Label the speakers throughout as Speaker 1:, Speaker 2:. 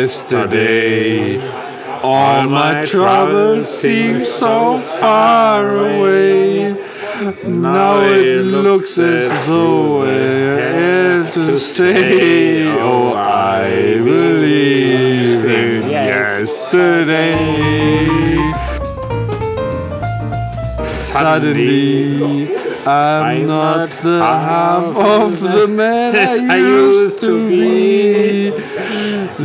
Speaker 1: Yesterday, all my troubles seem so far away. Now it looks as though I have to stay. Oh, I believe in yesterday. Suddenly, I'm not the half of the man I used to be.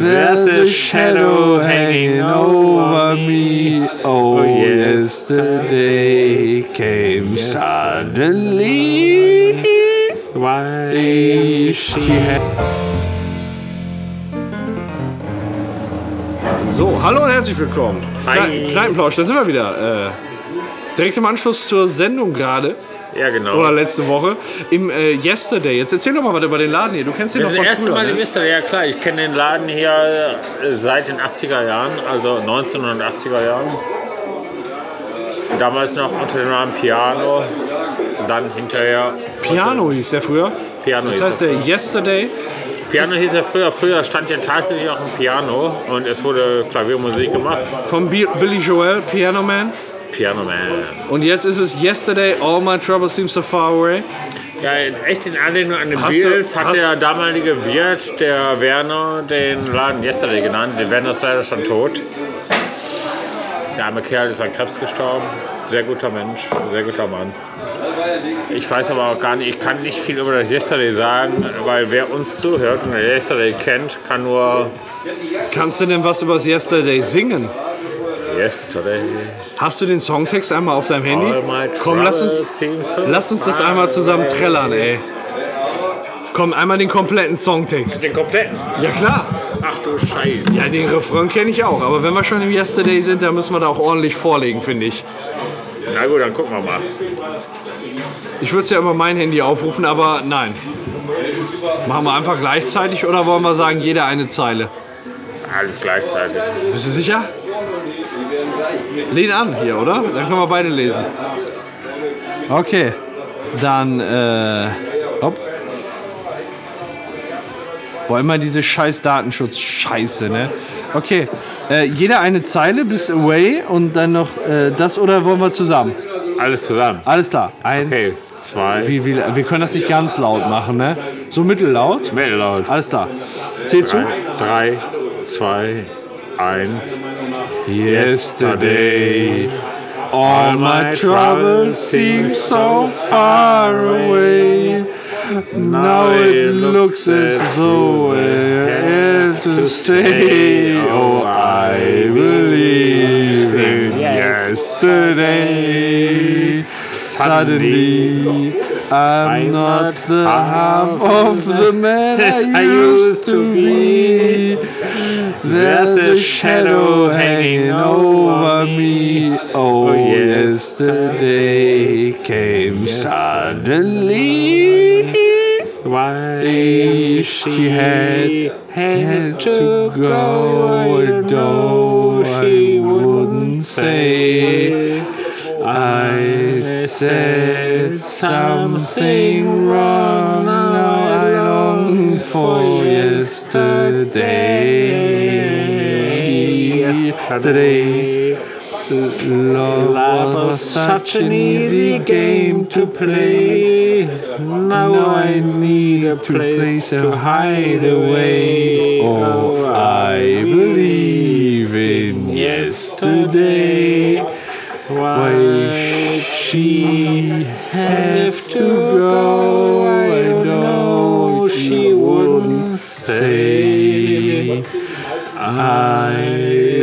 Speaker 1: There's a shadow hanging over me. Oh, yesterday came suddenly. Why she had
Speaker 2: So, hallo und herzlich willkommen. Kle Kneipenplausch, da sind wir wieder. Äh, direkt im Anschluss zur Sendung gerade,
Speaker 3: Ja, genau.
Speaker 2: oder letzte Woche, im äh, Yesterday. Jetzt erzähl doch mal was über den Laden hier. Du kennst den
Speaker 3: das
Speaker 2: doch
Speaker 3: ist das
Speaker 2: von früher,
Speaker 3: erste Mal im
Speaker 2: ne?
Speaker 3: Yesterday, ja klar. Ich kenne den Laden hier äh, seit den 80er Jahren, also 1980er Jahren. Damals noch unter dem Namen Piano, dann hinterher
Speaker 2: Piano hieß der früher.
Speaker 3: Piano.
Speaker 2: Das
Speaker 3: hieß
Speaker 2: heißt der Yesterday.
Speaker 3: er. Piano hieß er früher. Früher stand hier tatsächlich auch ein Piano und es wurde Klaviermusik gemacht.
Speaker 2: Von Bi- Billy Joel, Piano Man.
Speaker 3: Piano Man.
Speaker 2: Und jetzt ist es Yesterday, All My Troubles Seem So Far Away.
Speaker 3: Ja, echt in Anlehnung an den
Speaker 2: Hast du-
Speaker 3: Beatles hat
Speaker 2: hast-
Speaker 3: der damalige Wirt, der Werner, den Laden Yesterday genannt. Der Werner ist leider schon tot. Der arme Kerl ist an Krebs gestorben. Sehr guter Mensch, sehr guter Mann. Ich weiß aber auch gar nicht, ich kann nicht viel über das Yesterday sagen, weil wer uns zuhört und das Yesterday kennt, kann nur
Speaker 2: Kannst du denn was über das Yesterday singen?
Speaker 3: Yesterday.
Speaker 2: Hast du den Songtext einmal auf deinem Handy?
Speaker 3: all my
Speaker 2: Komm, lass uns,
Speaker 3: troubles seem so
Speaker 2: Lass uns das
Speaker 3: far
Speaker 2: einmal zusammen
Speaker 3: away.
Speaker 2: trällern, ey. Komm, einmal den kompletten Songtext.
Speaker 3: Den kompletten.
Speaker 2: Ja klar.
Speaker 3: Ach du Scheiße.
Speaker 2: Ja, den Refrain kenne ich auch. Aber wenn wir schon im Yesterday sind, dann müssen wir da auch ordentlich vorlegen, finde ich.
Speaker 3: Na gut, dann gucken wir mal.
Speaker 2: Ich würde es ja über mein Handy aufrufen, aber nein. Machen wir einfach gleichzeitig oder wollen wir sagen, jeder eine Zeile?
Speaker 3: Alles gleichzeitig.
Speaker 2: Bist du sicher? Lehn an hier, oder? Dann können wir beide lesen. Okay. Dann, äh. Hopp. Boah, immer diese scheiß Datenschutz-Scheiße, ne? Okay. Äh, jeder eine Zeile bis away und dann noch äh, das oder wollen wir zusammen?
Speaker 3: Alles zusammen.
Speaker 2: Alles klar. Eins.
Speaker 3: Okay, zwei.
Speaker 2: Wie, wie, wir können das nicht ganz laut machen, ne? So mittellaut?
Speaker 3: Mittellaut.
Speaker 2: Alles klar. Zählst du?
Speaker 3: Drei, zwei, eins.
Speaker 1: yesterday. All my troubles seem so far away. Now it looks as though I have to stay. Oh, I believe in yesterday. Suddenly, I'm not the half of the man I used to be. There's a shadow hanging over me. Oh, yesterday came suddenly. Why she had had to go, and though I wouldn't say. I said something wrong. Now I long for yesterday. Yesterday. Love was such an easy game to play. Now I need a place to hide away. Oh, I believe in yesterday. Why she have to go? I know she wouldn't say. I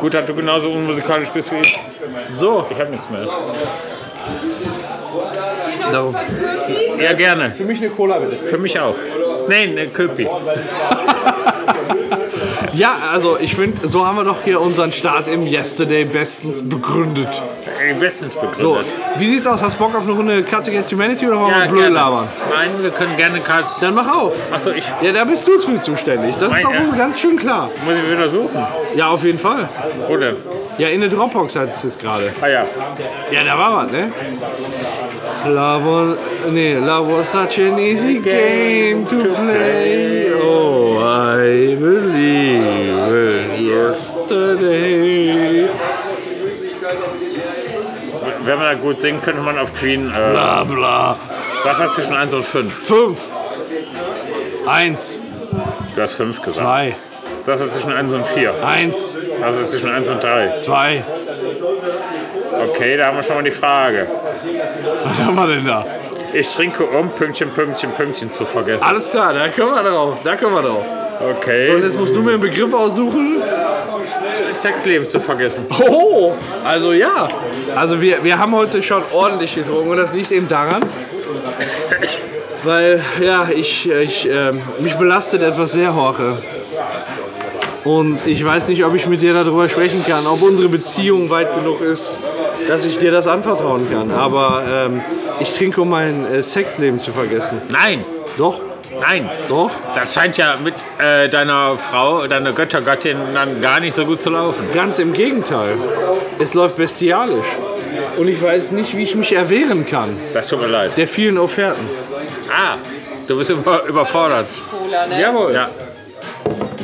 Speaker 3: Gut, dass du genauso unmusikalisch bist wie ich. So. Ich hab nichts mehr. Ja, gerne. Für mich eine Cola bitte. Für mich auch. Nein, eine Köpi.
Speaker 1: Ja, also ich finde, so haben wir doch hier unseren Start im Yesterday bestens begründet.
Speaker 3: Ey, Äh, Bestens
Speaker 1: So,
Speaker 3: begründet.
Speaker 1: wie sieht's aus? Hast du Bock auf eine Runde Cards Against Humanity oder wollen wir blöd
Speaker 3: gerne.
Speaker 1: labern?
Speaker 3: Nein, wir können gerne Cards.
Speaker 1: Dann mach auf.
Speaker 3: Achso, ich
Speaker 1: Ja, da bist du für zuständig. Das ist
Speaker 3: Mein
Speaker 1: doch
Speaker 3: Herr.
Speaker 1: wohl ganz schön klar.
Speaker 3: muss ihn wieder suchen.
Speaker 1: Ja, auf jeden Fall.
Speaker 3: Wo denn?
Speaker 1: Ja, in der Dropbox hattest du es gerade.
Speaker 3: Ah ja.
Speaker 1: Ja, da war was, ne? Love was, nee, love was such an easy game to play. Oh, I believe in yesterday.
Speaker 3: Wenn man da gut singt, könnte man auf Queen. Äh,
Speaker 1: Bla bla.
Speaker 3: sag mal zwischen 1 und 5.
Speaker 1: Fünf. Eins,
Speaker 3: Du hast 5 gesagt.
Speaker 1: zwei,
Speaker 3: Sag mal zwischen 1 und 4.
Speaker 1: eins,
Speaker 3: Sag mal zwischen 1 und 3.
Speaker 1: zwei.
Speaker 3: Okay, da haben wir schon mal die Frage.
Speaker 1: Was haben wir denn da?
Speaker 3: Ich trinke um, Pünktchen, Pünktchen, Pünktchen zu vergessen.
Speaker 1: Alles klar, da können wir drauf, da können wir drauf. Und
Speaker 3: Okay.
Speaker 1: jetzt musst du mir einen Begriff aussuchen.
Speaker 3: Sexleben zu vergessen.
Speaker 1: Oh, also ja. Also wir, wir haben heute schon ordentlich getrunken und das liegt eben daran, weil ja, ich, ich ähm, mich belastet etwas sehr, Horche. Und ich weiß nicht, ob ich mit dir darüber sprechen kann, ob unsere Beziehung weit genug ist, dass ich dir das anvertrauen kann. Aber ähm, ich trinke, um mein äh, Sexleben zu vergessen.
Speaker 3: Nein,
Speaker 1: Doch,
Speaker 3: nein.
Speaker 1: doch,
Speaker 3: Das scheint ja mit äh, deiner Frau, deiner Göttergattin dann gar nicht so gut zu laufen.
Speaker 1: ganz im Gegenteil. Es läuft bestialisch. Und ich weiß nicht, wie ich mich erwehren kann
Speaker 3: Das tut mir leid.
Speaker 1: der vielen Offerten.
Speaker 3: Ah, du bist über, überfordert.
Speaker 1: Jawohl.
Speaker 3: Ja.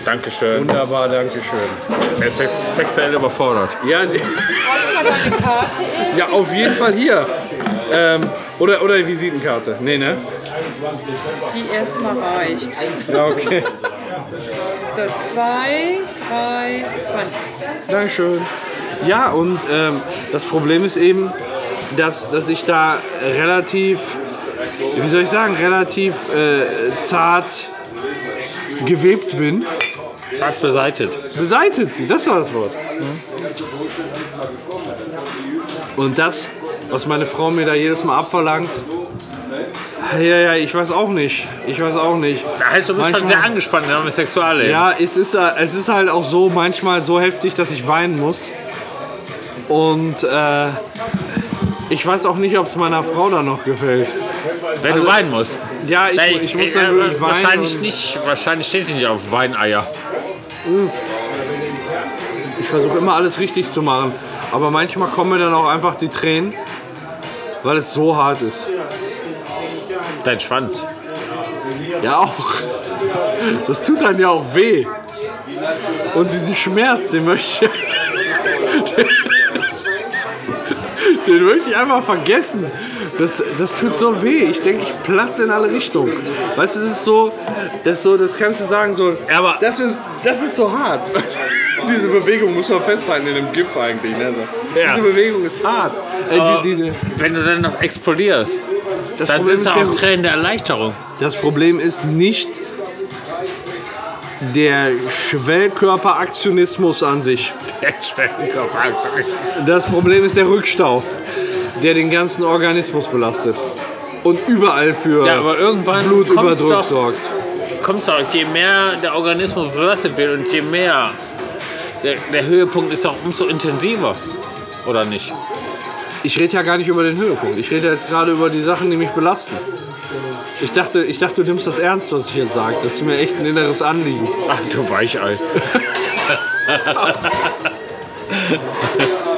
Speaker 3: Dankeschön.
Speaker 1: Wunderbar, danke schön.
Speaker 3: Er ist sex- sexuell überfordert.
Speaker 1: Ja,
Speaker 4: Brauchst du mal deine Karte irgendwie?
Speaker 1: ja, auf jeden Fall hier. Ähm, oder, oder Visitenkarte. Nee, ne?
Speaker 4: Die erstmal reicht.
Speaker 1: Ja, okay.
Speaker 4: So, zwei, drei, zwanzig.
Speaker 1: Dankeschön. Ja, und ähm, das Problem ist eben, dass, dass ich da relativ, wie soll ich sagen, relativ äh, zart gewebt bin.
Speaker 3: Zart beseitet.
Speaker 1: Beseitet sie, das war das Wort. Und das, was meine Frau mir da jedes Mal abverlangt, ja, ja, ich weiß auch nicht. Ich weiß auch nicht.
Speaker 3: Das heißt, du bist schon
Speaker 1: Manchmal-
Speaker 3: sehr angespannt in deinem Sexualleben.
Speaker 1: Ja, es ist, äh, es ist halt auch so manchmal so heftig, dass ich weinen muss. Und äh, ich weiß auch nicht, ob es meiner Frau dann noch gefällt.
Speaker 3: Wenn du weinen musst.
Speaker 1: Ja, also ich,
Speaker 3: Nein,
Speaker 1: ich muss dann wirklich weinen.
Speaker 3: äh, wahrscheinlich
Speaker 1: und-
Speaker 3: nicht. Wahrscheinlich steht sie nicht auf Weineier.
Speaker 1: Ich versuche immer alles richtig zu machen. Aber manchmal kommen mir dann auch einfach die Tränen, weil es so hart ist.
Speaker 3: Dein Schwanz.
Speaker 1: Ja, auch. Das tut dann ja auch weh. Und diesen Schmerz, den möchte ich. Den, den möchte ich einfach vergessen. Das, das tut so weh. Ich denke, ich platze in alle Richtungen. Weißt du, das ist so, das, ist so, das kannst du sagen, so.
Speaker 3: Ja, aber-
Speaker 1: das ist, das ist so hart. Diese Bewegung muss man festhalten in dem GIF eigentlich. Ne? So.
Speaker 3: Ja.
Speaker 1: Diese Bewegung ist hart. Äh,
Speaker 3: Aber
Speaker 1: die, diese,
Speaker 3: Wenn du dann noch explodierst,
Speaker 1: das
Speaker 3: dann
Speaker 1: Problem
Speaker 3: sind
Speaker 1: ist
Speaker 3: da
Speaker 1: der-
Speaker 3: auch Tränen der Erleichterung.
Speaker 1: Das Problem ist nicht der Schwellkörperaktionismus an sich.
Speaker 3: Der Schwellenkörper.
Speaker 1: Das Problem ist der Rückstau, der den ganzen Organismus belastet und überall für
Speaker 3: Ja, aber irgendwann kommst du
Speaker 1: Blutüberdruck
Speaker 3: doch-
Speaker 1: sorgt.
Speaker 3: Kommst du auch, je mehr der Organismus belastet wird und je mehr. Der, der Höhepunkt ist auch umso intensiver. Oder nicht?
Speaker 1: Ich rede ja gar nicht über den Höhepunkt. Ich rede jetzt gerade über die Sachen, die mich belasten. Ich dachte, ich dachte, du nimmst das ernst, was ich hier sage. Das ist mir echt ein inneres Anliegen.
Speaker 3: Ach du Weichei.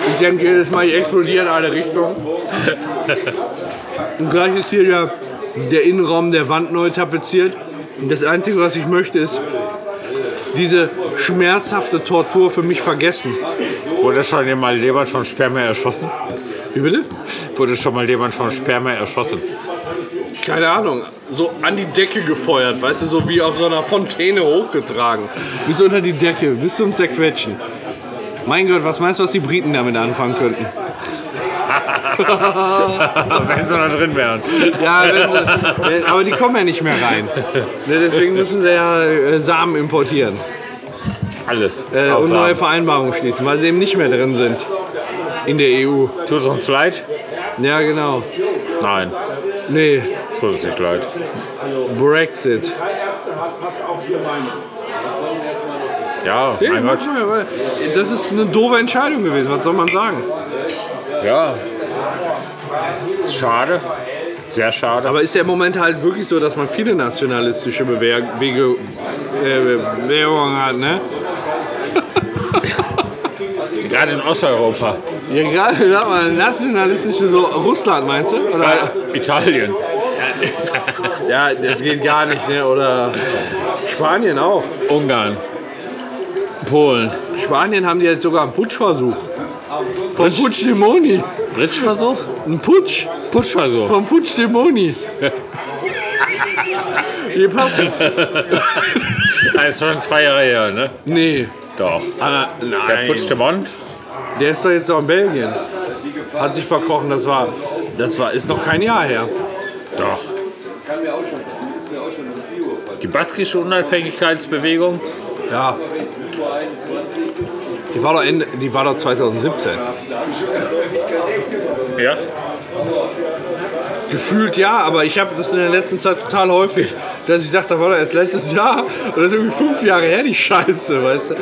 Speaker 1: Ich denke jedes Mal, ich explodiere in alle Richtungen. Und gleich ist hier der, der Innenraum der Wand neu tapeziert. Und das Einzige, was ich möchte, ist diese schmerzhafte Tortur für mich vergessen.
Speaker 3: Wurde schon mal jemand von Sperma erschossen?
Speaker 1: Wie bitte?
Speaker 3: Wurde schon mal jemand von Sperma erschossen?
Speaker 1: Keine Ahnung. So an die Decke gefeuert, weißt du, so wie auf so einer Fontäne hochgetragen. Bis unter die Decke, bis zum Zerquetschen. Mein Gott, was meinst du, was die Briten damit anfangen könnten?
Speaker 3: Wenn sie da drin wären.
Speaker 1: Ja, wenn sie, wenn, aber die kommen ja nicht mehr rein. Ne, Deswegen müssen sie ja äh, Samen importieren
Speaker 3: Alles.
Speaker 1: äh,
Speaker 3: Auch
Speaker 1: und neue
Speaker 3: sagen.
Speaker 1: Vereinbarungen schließen, weil sie eben nicht mehr drin sind in der EU.
Speaker 3: Tut es uns leid?
Speaker 1: Ja, genau. Ne,
Speaker 3: Nein,
Speaker 1: Nee,
Speaker 3: tut es nicht leid.
Speaker 1: Brexit.
Speaker 3: Ja,
Speaker 1: Nee,
Speaker 3: mein Gott.
Speaker 1: machen wir mal. Das ist eine doofe Entscheidung gewesen, was soll man sagen?
Speaker 3: Ja. Ist Schade. Sehr schade.
Speaker 1: Aber ist ja im Moment halt wirklich so, dass man viele nationalistische Bewer- Wege, äh, Bewegungen hat, ne?
Speaker 3: Gerade in Osteuropa.
Speaker 1: Ja, gerade sag mal, nationalistische, so Russland meinst du? Oder?
Speaker 3: Gerade Italien.
Speaker 1: Ja, das geht gar nicht, ne? Oder Spanien auch.
Speaker 3: Ungarn. Polen.
Speaker 1: Spanien haben die jetzt sogar einen Putschversuch. Von Putschdemoni.
Speaker 3: Bridgeversuch?
Speaker 1: Ein Putsch
Speaker 3: Putschversuch.
Speaker 1: von Putschdemoni. Hier passt
Speaker 3: Das ist schon zwei Jahre her, ne?
Speaker 1: Nee.
Speaker 3: Doch.
Speaker 1: Ah,
Speaker 3: Der
Speaker 1: nein.
Speaker 3: putzte Mond.
Speaker 1: Der ist doch jetzt noch in Belgien. Hat sich verkrochen, das war. Das war, ist noch kein Jahr her.
Speaker 3: Doch. Die baskische Unabhängigkeitsbewegung?
Speaker 1: Ja. Die war doch, Ende, die war doch 2017.
Speaker 3: Ja.
Speaker 1: Gefühlt ja, aber ich habe das in der letzten Zeit total häufig, dass ich sage, das war doch erst letztes Jahr oder das ist irgendwie fünf Jahre her, die Scheiße, weißt du?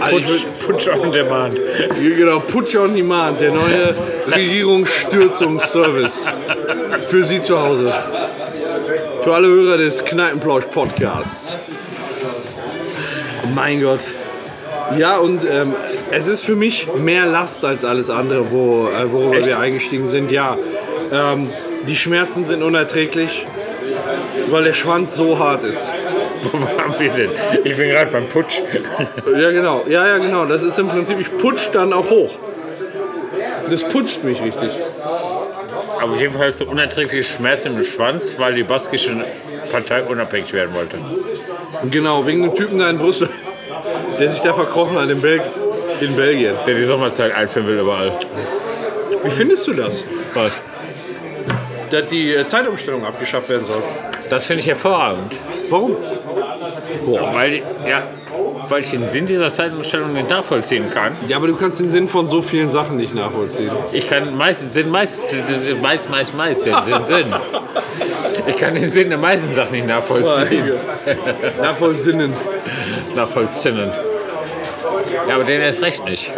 Speaker 1: Also ich
Speaker 3: Putsch, Putsch on Demand.
Speaker 1: würd- genau, Putsch on Demand, der neue Regierungsstürzungsservice für Sie zu Hause. Für alle Hörer des Kneipenplausch-Podcasts. Mein Gott. Ja, und ähm, es ist für mich mehr Last als alles andere, wo, äh, worüber
Speaker 3: Echt?
Speaker 1: wir eingestiegen sind. Ja, ähm, die Schmerzen sind unerträglich, weil der Schwanz so hart ist.
Speaker 3: Wo waren wir denn? Ich bin gerade beim Putsch.
Speaker 1: Ja, genau. Ja, ja, genau. Das ist im Prinzip, ich putsch dann auch hoch. Das putscht mich richtig.
Speaker 3: Aber auf jeden Fall so unerträgliche Schmerzen im Schwanz, weil die baskische Partei unabhängig werden wollte.
Speaker 1: Genau, wegen dem Typen da in Brüssel, der sich da verkrochen hat in, Bel in Belgien.
Speaker 3: Der die Sommerzeit einführen will überall.
Speaker 1: Wie findest du das?
Speaker 3: Was?
Speaker 1: Dass die äh, Zeitumstellung abgeschafft werden soll.
Speaker 3: Das finde ich hervorragend.
Speaker 1: Warum?
Speaker 3: Weil, ja, weil ich den Sinn dieser Zeitumstellung nicht nachvollziehen kann.
Speaker 1: Ja, aber du kannst den Sinn von so vielen Sachen nicht nachvollziehen.
Speaker 3: Ich kann meistens den meist, meist, meist, meist den, den Sinn. Ich kann den Sinn der meisten Sachen nicht nachvollziehen.
Speaker 1: Nachvollsinnen.
Speaker 3: nachvollziehen. Ja, aber den erst recht nicht.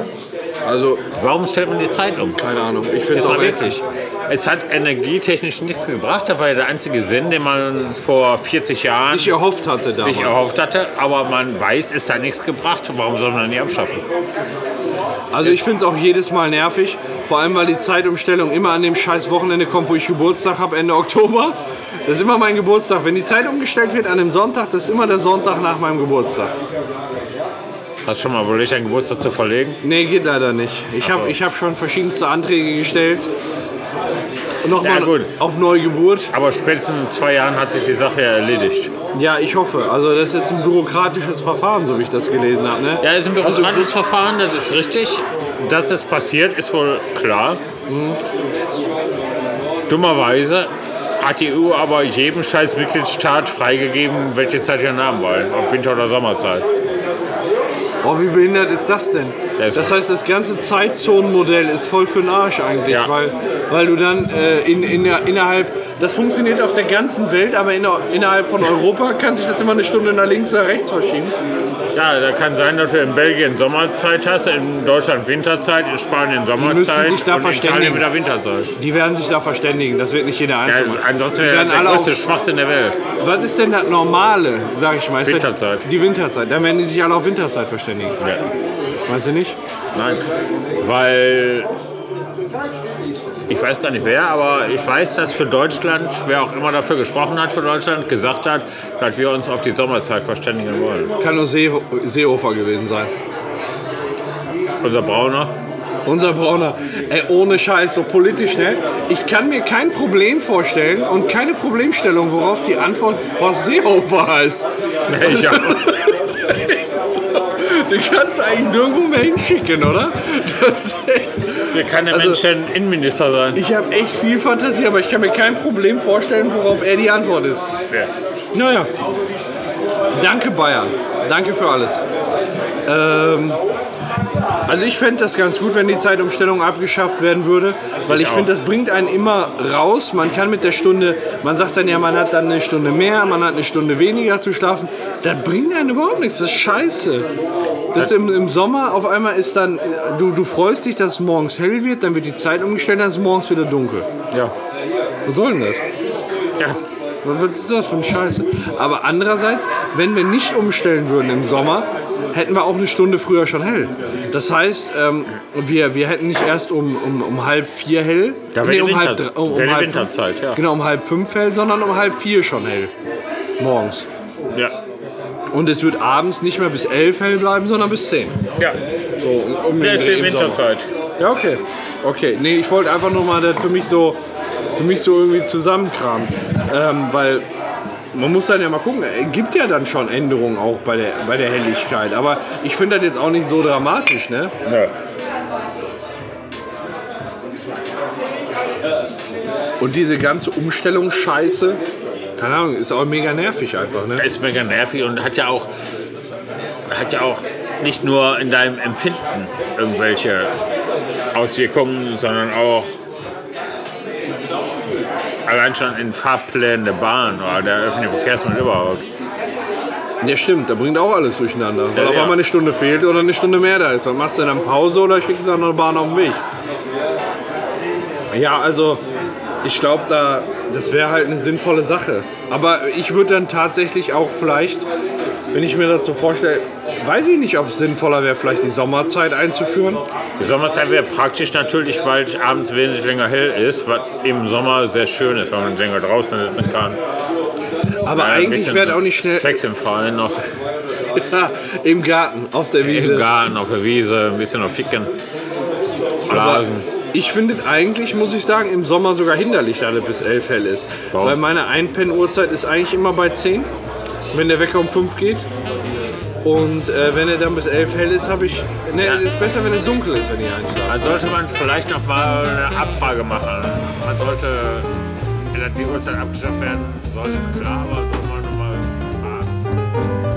Speaker 1: Also,
Speaker 3: Warum stellt man die Zeit um?
Speaker 1: keine Ahnung. Ich finde es
Speaker 3: Jetzt
Speaker 1: auch
Speaker 3: mal
Speaker 1: witzig.
Speaker 3: witzig. Es hat energietechnisch nichts gebracht. Das war ja der einzige Sinn, den man vor 40 Jahren
Speaker 1: Ich erhofft hatte damals.
Speaker 3: sich erhofft hatte. Aber man weiß, es hat nichts gebracht. Warum soll man die abschaffen?
Speaker 1: Also ich finde es auch jedes Mal nervig, vor allem weil die Zeitumstellung immer an dem scheiß Wochenende kommt, wo ich Geburtstag habe, Ende Oktober. Das ist immer mein Geburtstag. Wenn die Zeit umgestellt wird an dem Sonntag, das ist immer der Sonntag nach meinem Geburtstag.
Speaker 3: Hast du schon mal überlegt, deinen Geburtstag zu verlegen?
Speaker 1: Nee, geht leider nicht. Ich habe ich hab schon verschiedenste Anträge gestellt.
Speaker 3: Ja,
Speaker 1: Nochmal
Speaker 3: gut.
Speaker 1: auf Neugeburt.
Speaker 3: Aber spätestens in zwei Jahren hat sich die Sache ja erledigt.
Speaker 1: Ja, ich hoffe. Also das ist jetzt ein bürokratisches Verfahren, so wie ich das gelesen habe. Ne?
Speaker 3: Ja, es ist ein bürokratisches Verfahren, das ist richtig. Also Dass es passiert, ist wohl klar. Dummerweise hat die EU aber jedem scheiß Mitgliedstaat freigegeben, welche Zeit wir haben wollen. Ob Winter- oder Sommerzeit.
Speaker 1: Oh, wie behindert ist das denn?
Speaker 3: Ja, ist
Speaker 1: Das
Speaker 3: so.
Speaker 1: heißt, das ganze Zeitzonenmodell ist voll für den Arsch eigentlich,
Speaker 3: Ja.
Speaker 1: weil, weil du dann äh, in, in der, innerhalb, das funktioniert auf der ganzen Welt, aber inner, innerhalb von Europa kann sich das immer eine Stunde nach links oder rechts verschieben.
Speaker 3: Ja, da kann sein, dass du in Belgien Sommerzeit hast, in Deutschland Winterzeit, in Spanien Sommerzeit
Speaker 1: sich da
Speaker 3: und in Italien
Speaker 1: verständigen.
Speaker 3: wieder Winterzeit.
Speaker 1: Die werden sich da verständigen, das wird nicht jeder
Speaker 3: Ja, also
Speaker 1: einzeln machen.
Speaker 3: ansonsten
Speaker 1: Die
Speaker 3: wäre das
Speaker 1: werden
Speaker 3: der
Speaker 1: alle
Speaker 3: größte Schwachsinn der Welt.
Speaker 1: auf, Was ist denn das Normale, sag ich mal? Ist das
Speaker 3: Winterzeit.
Speaker 1: Die Winterzeit, dann werden die sich alle auf Winterzeit verständigen.
Speaker 3: Ja.
Speaker 1: Weißt du nicht?
Speaker 3: Nein, weil ich weiß gar nicht wer, aber ich weiß, dass für Deutschland, wer auch immer dafür gesprochen hat für Deutschland, gesagt hat, dass wir uns auf die Sommerzeit verständigen wollen.
Speaker 1: Kann nur See, Seehofer gewesen sein.
Speaker 3: Unser Brauner,
Speaker 1: Unser Brauner. Ey, ohne Scheiß, so politisch, ne? Ich kann mir kein Problem vorstellen und keine Problemstellung, worauf die Antwort Horst Seehofer heißt.
Speaker 3: Nee, ich auch.
Speaker 1: Du kannst du eigentlich nirgendwo mehr hinschicken, oder? Das,
Speaker 3: hier kann der
Speaker 1: Also-
Speaker 3: Mensch denn Innenminister sein.
Speaker 1: ich habe echt viel Fantasie, aber ich kann mir kein Problem vorstellen, worauf er die Antwort ist.
Speaker 3: Ja.
Speaker 1: Naja. Danke, Bayern. Danke für alles. Ähm, also ich fände das ganz gut, wenn die Zeitumstellung abgeschafft werden würde, weil ich finde, das bringt einen immer raus. Man kann mit der Stunde, man sagt dann ja, man hat dann eine Stunde mehr, man hat eine Stunde weniger zu schlafen. Das bringt einen überhaupt nichts, das ist scheiße. Das im, im Sommer auf einmal ist dann, äh, du, du freust dich, dass es morgens hell wird, dann wird die Zeit umgestellt, dann ist es morgens wieder dunkel.
Speaker 3: Ja.
Speaker 1: Was soll denn das? Ja. Was ist das für ein Scheiße? Aber andererseits, wenn wir nicht umstellen würden im Sommer, hätten wir auch eine Stunde früher schon hell. Das heißt, ähm, wir, wir hätten nicht erst um, um, um halb vier hell,
Speaker 3: Da wäre
Speaker 1: nee,
Speaker 3: die
Speaker 1: um halb,
Speaker 3: Winter-
Speaker 1: drei- um,
Speaker 3: wäre
Speaker 1: um
Speaker 3: die
Speaker 1: halb
Speaker 3: Winterzeit, ja.
Speaker 1: Genau, um halb fünf hell, sondern um halb vier schon hell. Morgens.
Speaker 3: Ja.
Speaker 1: Und es wird abends nicht mehr bis elf hell bleiben, sondern bis zehn.
Speaker 3: Ja.
Speaker 1: So, um den
Speaker 3: Ja, ist
Speaker 1: Dreh
Speaker 3: die
Speaker 1: im Sommer.
Speaker 3: Winterzeit.
Speaker 1: Ja, okay. Okay, nee, ich wollte einfach nur mal das für mich so, für mich so irgendwie zusammenkramen. Ähm, weil man muss dann ja mal gucken, äh, gibt ja dann schon Änderungen auch bei der, bei der Helligkeit. Aber ich finde das jetzt auch nicht so dramatisch, ne?
Speaker 3: Nö.
Speaker 1: Und diese ganze Umstellungsscheiße, keine Ahnung, ist auch mega nervig einfach, ne?
Speaker 3: Ist mega nervig und hat ja auch, hat ja auch nicht nur in deinem Empfinden irgendwelche Auswirkungen, sondern auch allein schon in Fahrplänen der Bahn oder der öffentlichen Verkehrsmittel überhaupt.
Speaker 1: Ja, stimmt, da bringt auch alles durcheinander. Weil
Speaker 3: Ja,
Speaker 1: auf
Speaker 3: ja.
Speaker 1: einmal eine Stunde fehlt oder eine Stunde mehr da ist. Was machst du dann Pause oder schickst du eine Bahn auf den Weg? Ja, also ich glaube, da, das wäre halt eine sinnvolle Sache. Aber ich würde dann tatsächlich auch vielleicht, wenn ich mir das so vorstelle, weiß ich nicht, ob es sinnvoller wäre, vielleicht die Sommerzeit einzuführen.
Speaker 3: Die Sommerzeit wäre praktisch natürlich, weil es abends wesentlich länger hell ist, was im Sommer sehr schön ist, weil man länger draußen sitzen kann.
Speaker 1: Aber
Speaker 3: Ja, ein
Speaker 1: eigentlich
Speaker 3: bisschen
Speaker 1: wäre es auch nicht schnell
Speaker 3: Sex im Freien noch,
Speaker 1: im Garten, auf der Wiese.
Speaker 3: im Garten, auf der Wiese, ein bisschen noch ficken, blasen.
Speaker 1: Ich finde es eigentlich, muss ich sagen, im Sommer sogar hinderlich, dass es bis 11 hell ist.
Speaker 3: Warum?
Speaker 1: Weil meine Einpennuhrzeit ist eigentlich immer bei 10, wenn der Wecker um 5 geht. Und äh, wenn er dann bis 11 hell ist, habe ich... Ne, es ist besser, wenn es dunkel ist, wenn ich einschlafe.
Speaker 3: Dann sollte man vielleicht noch mal eine Abfrage machen. Man sollte, ah, wenn das die Uhrzeit abgeschafft werden soll, ist klar, aber sollte man noch mal fragen.